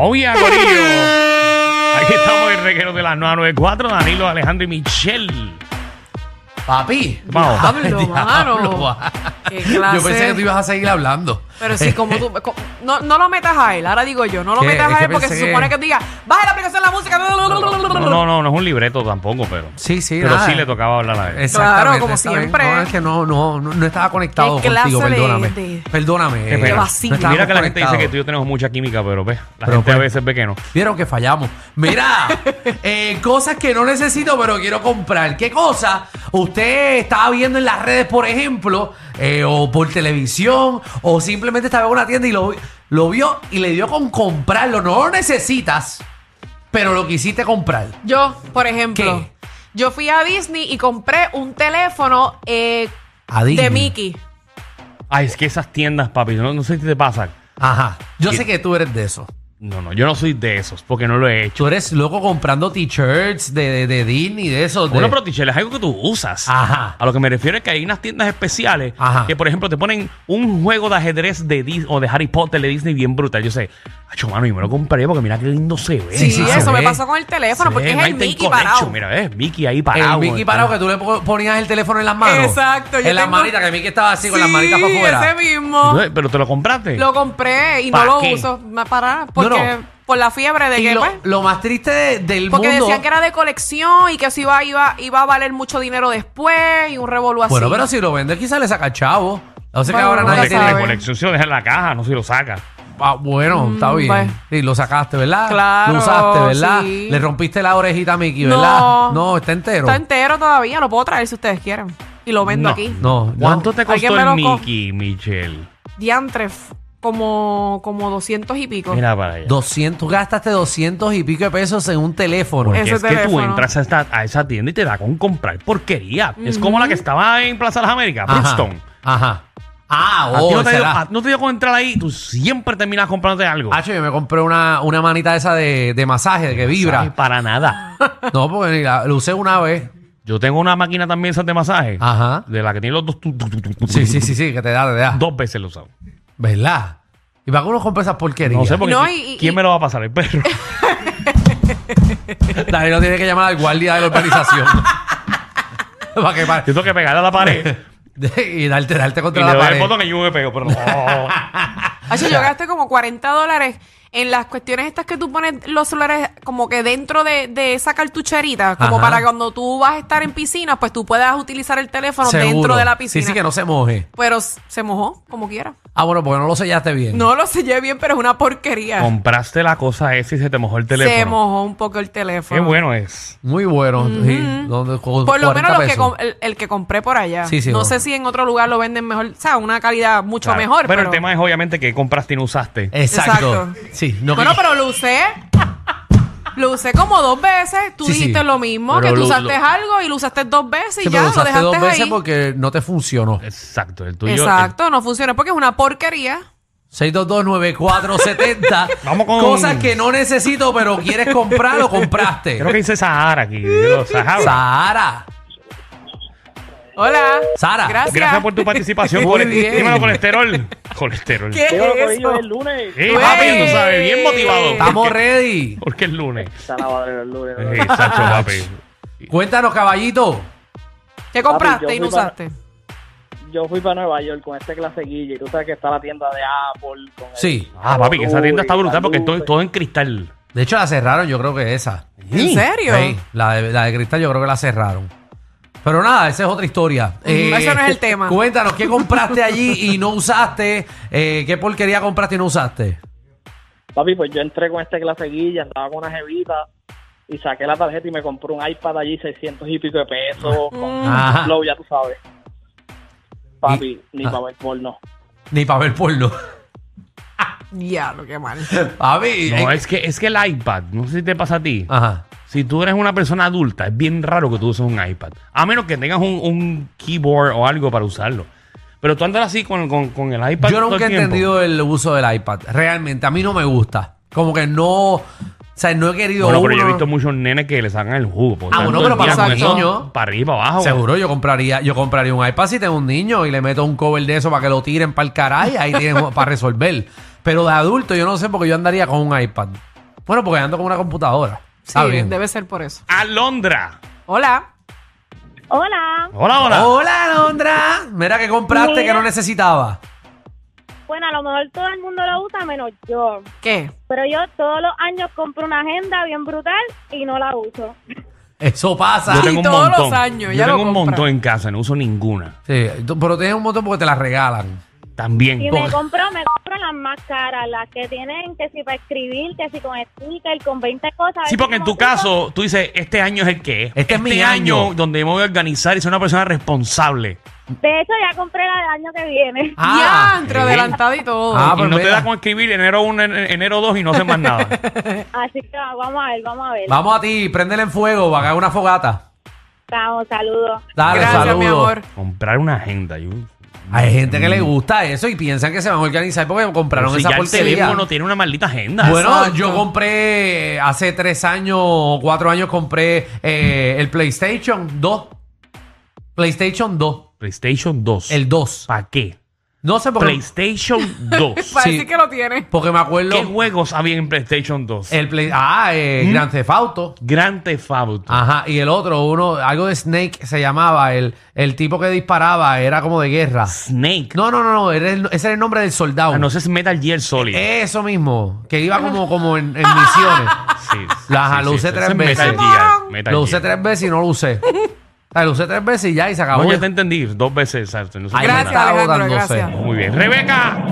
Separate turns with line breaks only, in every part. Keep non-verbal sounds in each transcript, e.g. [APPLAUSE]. ¡Oye, Corillo! Oh, Aquí estamos en el reguero de la 994, Danilo, Alejandro y Michelle.
Papi,
Vamos.
[LAUGHS]
Diablo, mano.
va.
Qué clase.
Yo pensé que tú ibas a seguir hablando.
Pero sí, como tú. co- no, no lo metas a él, ahora digo yo, no lo
¿Qué?
metas
Es
a
que
él porque se
pensé
supone
que-
que te diga, baja la aplicación de la música.
No, no, no, no es un libreto tampoco, pero.
Sí, sí,
Pero
nada. eh,
sí le tocaba hablar a él.
Exactamente.
Claro, como
está bien.
siempre.
No, es que no, no, no, no estaba conectado
Qué clase
contigo,
de-
perdóname.
de-
Perdóname.
Qué
eh,
pena.
no
vacío.
estábamos
Mira que la gente dice que
conectados.
tú y yo tenemos mucha química, pero ve, la
Pero,
gente a
pues,
veces ve que no.
Vieron que fallamos.
[LAUGHS]
Mira, eh, cosas que no necesito pero quiero comprar. ¿Qué cosa usted estaba viendo en las redes, por ejemplo, eh, o por televisión, o simplemente estaba en una tienda y lo, lo vio y le dio con comprarlo? No lo necesitas, pero lo quisiste comprar.
Yo, por ejemplo,
¿Qué?
yo fui a Disney y compré un teléfono eh,
A Disney.
de Mickey.
Ay, es que esas tiendas, papi, no, no sé si te pasan.
Ajá. Yo
Y-
sé que tú eres de eso.
No, no, yo no soy de esos, porque no lo he hecho.
Tú eres loco comprando t-shirts de, de, de Disney, de eso. de-
Bueno, pero Tichel, es algo que tú usas.
Ajá.
A lo que me refiero es que hay unas tiendas especiales
Ajá.
que, por ejemplo, te ponen un juego de ajedrez de Dis- o de Harry Potter de Disney bien brutal. Yo sé, acho, mano, yo me lo compré porque mira qué lindo se ve.
Sí,
sí, se
eso me
ve.
pasó con el teléfono
Se
porque
ve,
es
Ahí
el
está
Mickey
incorrecto,
parado.
Mira, ves, Mickey ahí parado. eh, ah.
El Mickey
está-
parado que tú le po- ponías el teléfono en las manos.
Exacto, yo
En las
tengo-
manitas, que Mickey estaba así con las
Sí,
manitas para afuera.
Ese mismo.
Entonces, Pero te lo compraste.
Lo compré y
¿Pa'
no lo
qué?
uso. ma- Para, porque
No, no.
por la fiebre de
Y
que
lo,
pues,
lo más triste de- del
Porque
mundo.
decían que era de colección y que eso iba, iba, iba a valer mucho dinero después y un revolú así.
Bueno, pero si lo vendes, quizás le saca chavo. No sé que
Bueno,
ahora
No,
nunca
nadie
de,
se
tiene.
sabe.
de colección si lo dejas en la caja, no si lo sacas.
Ah, bueno, está bien.
pues.
Sí, lo sacaste, ¿verdad?
Claro,
Lo usaste, ¿verdad?
sí.
Le rompiste la orejita a Mickey,
No.
¿verdad? No, está entero.
Está entero todavía, lo puedo traer si ustedes quieren. Y lo vendo
No.
aquí.
No,
¿Cuánto
no.
te
Alguien
costó
me
el
lo co-
Mickey, Michelle?
Diantre, f- como, como 200 y pico.
Mira para allá.
200, gastaste 200 y pico de pesos en un teléfono.
Porque
Ese
es que tú
teléfono.
entras a, esta- a esa tienda y te da con comprar porquería. Es como la que estaba en Plaza de las Américas,
Ajá,
Brixton.
Ajá. Ah,
a ti
oh,
no, te dio,
será.
a- no te dio con entrar ahí, tú siempre terminas comprándote algo.
Hacho, yo me compré una, una manita esa de, de masaje, de que
Ay,
vibra.
Para
[LAUGHS]
nada.
No, porque ni la, lo usé una vez.
Yo tengo una máquina también esa de masaje.
Ajá.
De la que tiene los dos. tu- tu- tu- tu-
Ah. Sí, sí, sí, sí, que te da, te da.
[LAUGHS] Dos veces lo he usado.
¿Verdad? ¿Y para qué uno compra esas porquerías?
No sé por
No,
qué.
y- y-
¿Quién
y-
me lo va a pasar? El
[LAUGHS]
perro.
Danilo tiene que llamar al guardia de la urbanización. [LAUGHS] para que
Yo
para.
tengo que pegarle a la pared.
[LAUGHS] Y darte, darte
y
contra
le
la
doy el
pared.
botón y yo me pego. Pero no.
[LAUGHS] Hacho, yo gasté como 40 dólares en las cuestiones estas que tú pones los celulares como que dentro de, de esa cartucherita, como
Ajá.
para cuando tú vas a estar en piscina, pues tú puedas utilizar el teléfono
Seguro.
dentro de la piscina.
Sí, sí, que no se moje.
Pero s- se mojó, como quiera.
Ah, bueno, porque no lo sellaste bien.
No lo sellé bien, pero es una porquería.
Compraste la cosa esa y se te mojó el teléfono.
Se mojó un poco el teléfono.
Qué bueno es.
Muy bueno. sí. Donde- con
Por lo
40
menos los que
pesos.
com- el, el que compré por allá.
Sí, sí,
no
no.
sé si en otro lugar lo venden mejor, o sea, una calidad mucho
Claro.
mejor.
Pero, el tema es obviamente que compraste y no usaste.
Eh. Exacto.
Exacto.
Sí, no
Bueno, pero lo usé. [LAUGHS] Lo usé como dos veces. Tú
Sí, sí.
dijiste lo mismo,
Pero
que tú
lo-
usaste
lo-
algo y lo usaste dos veces y
Sí,
ya
pero
lo,
lo usaste
dejaste
dos veces
ahí.
porque no te funcionó.
Exacto. El tuyo. el-
Exacto, no funciona porque es una porquería.
6229470.
[LAUGHS] Vamos con-
Cosas que no necesito, pero quieres comprar o compraste.
creo que dice Sahara
[LAUGHS]
aquí. digo, Sahara.
Sara.
Hola.
Sara.
Gracias.
Gracias por tu participación.
[LAUGHS] Muy
Cole-
bien.
Dímelo, colesterol. Colesterol.
¿Qué es
Dímelo, corillo,
eso?
es el lunes.
Eh, papi, tú
Ué.
sabes, bien motivado.
Pues, Estamos ready.
Porque es lunes.
Está la madre del lunes. ¿no?
Eh, Exacto, papi.
Cuéntanos, caballito.
¿Qué compraste
Papi, yo
y no
fui para-
usaste?
Yo fui para Nueva York con este claseguilla y tú sabes que está la tienda de Apple. Con el-
Sí.
Ah, papi, que esa tienda está brutal porque
Uy,
todo, todo en cristal.
De hecho, la cerraron, yo creo que esa.
¿En serio?
Sí, la, de, la de cristal, yo creo que la cerraron. Pero nada, esa es otra historia. Eh,
eso no es el tema.
Cuéntanos, ¿qué compraste allí y no usaste? Eh, ¿Qué porquería compraste y no usaste?
Papi, pues yo entré con este claseguilla, estaba con una jevita y saqué la tarjeta y me compré un iPad allí, 600 y pico de
Mm.
pesos. Con
Ajá.
Flow, ya tú sabes. Papi,
Y-
ni
ah.
para ver porno.
Ni para ver porno. [LAUGHS]
Ya, lo que mal.
A mí.
No,
eh,
es que, es que el iPad, no sé si te pasa a ti.
Ajá.
Si tú eres una persona adulta, es bien raro que tú uses un iPad. A menos que tengas un, un keyboard o algo para usarlo. Pero tú andas así con, con- con el iPad.
Yo
todo el
nunca he
tiempo.
entendido el uso del iPad. Realmente, a mí no me gusta. Como que no. O sea, no he querido.
Bueno, pero yo he
uno.
visto muchos nenes que le sacan el jugo. por
Ah,
tanto,
bueno, pero
el día
para
con
los
eso,
niños.
Para arriba, para abajo.
Seguro, yo compraría, yo compraría un iPad si tengo un niño y le meto un cover de eso para que lo tiren para el caray, ahí tienes [LAUGHS] para resolver. Pero de adulto yo no sé porque yo andaría con un iPad. Bueno, porque ando con una computadora.
Sí,
Está bien.
debe ser por eso.
Alondra.
Hola.
Hola.
Hola, hola.
Hola, Alondra. Mira que compraste que
Mira.
no necesitaba.
Bueno, a lo mejor todo el mundo lo usa menos yo.
¿Qué?
Pero yo todos los años compro una agenda bien brutal y no la uso.
Eso pasa.
Yo tengo un
todos los
montón.
años,
yo
ya lo
tengo un
compra.
montón en casa, no uso ninguna.
Sí, tú- pero tienes un montón porque te las regalan.
También.
Y me compro, me compro las más caras, las que tienen que si para escribir, que si con sticker, con 20 cosas.
Sí, porque en tu caso, tú dices, este año es el que es.
Este es mi año.
donde me voy a organizar y soy una persona responsable.
De hecho, ya compré la del año que viene.
Ah,
Diantro,
sí.
adelantado y todo.
Ah,
y
pues
no te
mira.
da con escribir enero 1, enero 2 y no haces más nada.
[LAUGHS]
Así que vamos a ver, vamos a ver.
vamos a ti, préndele en fuego, va a caer una fogata.
Vamos, saludos.
Dale,
Gracias,
saludos.
mi amor.
Comprar una agenda. Yo,
Hay gente que le gusta eso y piensan que se van a organizar porque compraron
Mm. si
esa
ya el
porquería.
teléfono tiene una maldita agenda.
Bueno,
Exacto.
yo compré eh, hace tres años o cuatro años compré eh, el PlayStation 2. PlayStation 2.
PlayStation 2.
El 2.
¿Para qué?
No sé por qué.
PlayStation 2.
[LAUGHS]
Parece
sí.
que lo tiene.
Porque me acuerdo.
¿Qué ¿Mm? juegos había en PlayStation 2?
El Play, ah, eh, Grand Theft Auto.
Grand Theft Auto.
Ajá. Y el otro, uno, algo de Snake se llamaba. El, el tipo que disparaba era como de guerra.
Snake.
No, no, no, no. era el- ese era el nombre del soldado.
Ah, no, ese es Metal Gear Solid.
Eso mismo. Que iba como, como en,
[LAUGHS]
en misiones.
Sí, sí,
Las
sí,
lo
sí,
usé
ese
tres
es
veces.
Metal Gear. Metal
Lo usé
Gear.
tres veces y no lo usé. O sea, lo usé tres veces y ya y se acabó.
No, yo te entendí. Dos veces, exacto. No sé por qué
Ahí
Gracias,
nada.
está
Alejandro,
botándose.
gracias.
Muy bien. Rebeca.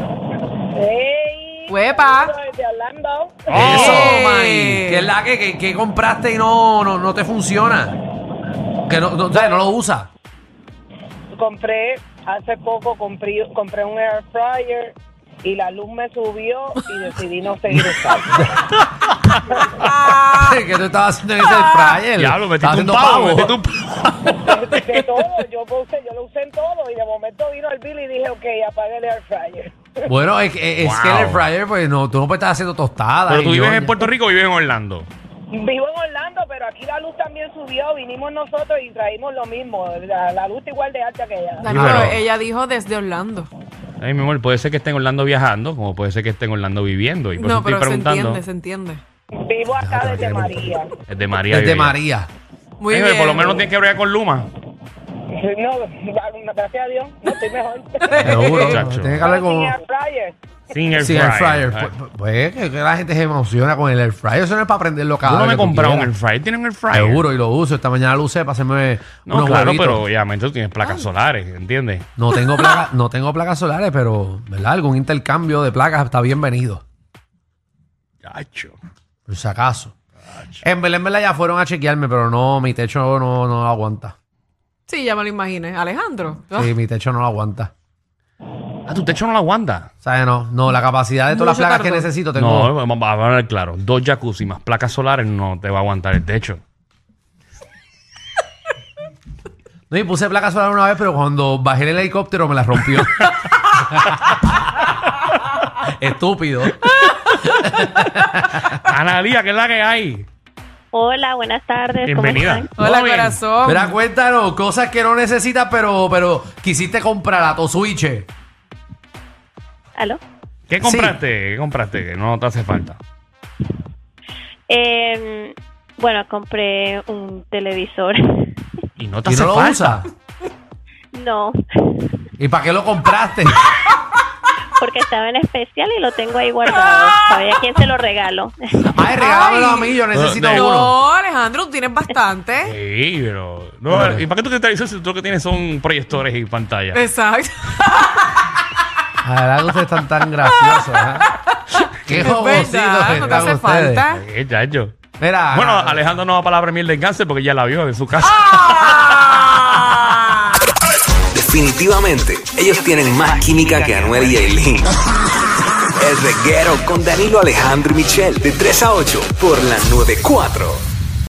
Hey,
Huepa.
desde Orlando.
Oh,
Eso,
¡Eh!
May. Que es la que, que- que compraste y no, no, no te funciona. Que no, no, o sea, no lo usas.
compré hace poco compré, compré un air fryer y la luz me subió y decidí no seguir usando.
[LAUGHS] que tú estabas haciendo en ese fryer.
Diablo,
Estabas
metiste un
haciendo
pavo.
pavo.
Metiste un pavo.
De todo, yo puse, yo lo usé en todo y de momento vino el bill y dije, ok, apague el air fryer.
Bueno, es, que- es
Wow.
que el air fryer, pues no, tú no puedes estar haciendo tostadas.
Pero tú
y
vives
yo-
en Puerto Rico o vives en Orlando.
Vivo en Orlando, pero aquí la luz también subió, vinimos nosotros y traímos lo mismo. La, la luz está igual de alta que ella.
Dani,
Dímelo.
pero ella dijo desde Orlando.
Ay, mi amor, puede ser que esté en Orlando viajando, como puede ser que esté en Orlando viviendo. Y por eso
No,
pues estoy
pero se
preguntando.
entiende, se entiende.
Vivo acá desde María.
Es de María.
Es de
vive.
María.
Muy
Ay,
bien.
Por lo menos no tiene que bregar con Luma.
No, gracias a Dios, no estoy mejor.
[LAUGHS]
Seguro.
Chacho.
Tienes que hablar
Pero sin
con.
air fryer.
Sin air
Sí,
fryer.
air fryer.
Ay.
Pues, pues, que que la gente se emociona con el air fryer. Eso no es para aprenderlo cada
Yo no
vez
me he
que tú
comprado un
quieras.
air fryer. ¿Tienen un air fryer?
Seguro, y lo uso. Esta mañana lo usé para hacerme
No,
unos
claro,
huevitos.
pero obviamente tú tienes placas solares, ¿entiendes?
No tengo, placa- no tengo placas solares, pero, ¿verdad? Algún intercambio de placas está bienvenido.
Chacho.
Por si acaso. En Belén, ¿verdad? Ya fueron a chequearme, pero no, mi techo no, no lo aguanta.
Sí, ya me lo imaginé. Alejandro. ah,
Sí, mi techo no lo aguanta.
Ah, tu techo no lo aguanta.
O sea, no, no, la capacidad de todas las
Mucho
placas que
tardó.
necesito tengo.
No, eh, vamos a hablar claro. Dos jacuzzi más placas solares no te va a aguantar el
[LAUGHS]
techo.
No, y puse placas solares una vez, pero cuando bajé el helicóptero me las rompió. [LAUGHS]
[LAUGHS]
Estúpido.
Analía, que es la que hay.
Hola, buenas tardes. ¿cómo
Bienvenida.
están?
Oh, Hola,
Todo bien.
corazón.
Mira, cuéntanos, cosas que no necesitas, pero, pero quisiste comprar a tu switch.
¿Aló?
¿Qué compraste? ¿Qué compraste? Que no te hace falta.
Eh, bueno, compré un televisor. [LAUGHS]
Y no te
Y
hace
no lo
falta.
usas.
no,
¿Y para qué lo
[LAUGHS]
compraste?
porque estaba en especial y lo tengo ahí guardado. Sabía quién se lo [LAUGHS] regalo.
Ay, regálamelo a mí, yo
Pero,
necesito
de-
uno.
No, Alejandro, tú tienes
[LAUGHS]
bastante.
Sí, pero. no,
Vale.
¿Y para qué tú te televisor si tú lo que tienes son proyectores y pantallas?
Exacto.
La verdad que ustedes están tan graciosos, ¿eh?
[LAUGHS]
Qué
Es
jugositos
verdad, no te
están
hace
ustedes.
falta.
Sí, chacho.
Mira.
Bueno, Alejandro no va a palabra miel de cáncer porque ya la vio en su casa.
Ah.
Definitivamente, ellos tienen más química que Anuel y Aileen. El reguero con Danilo Alejandro y Michel de 3 a 8 por la 94. 4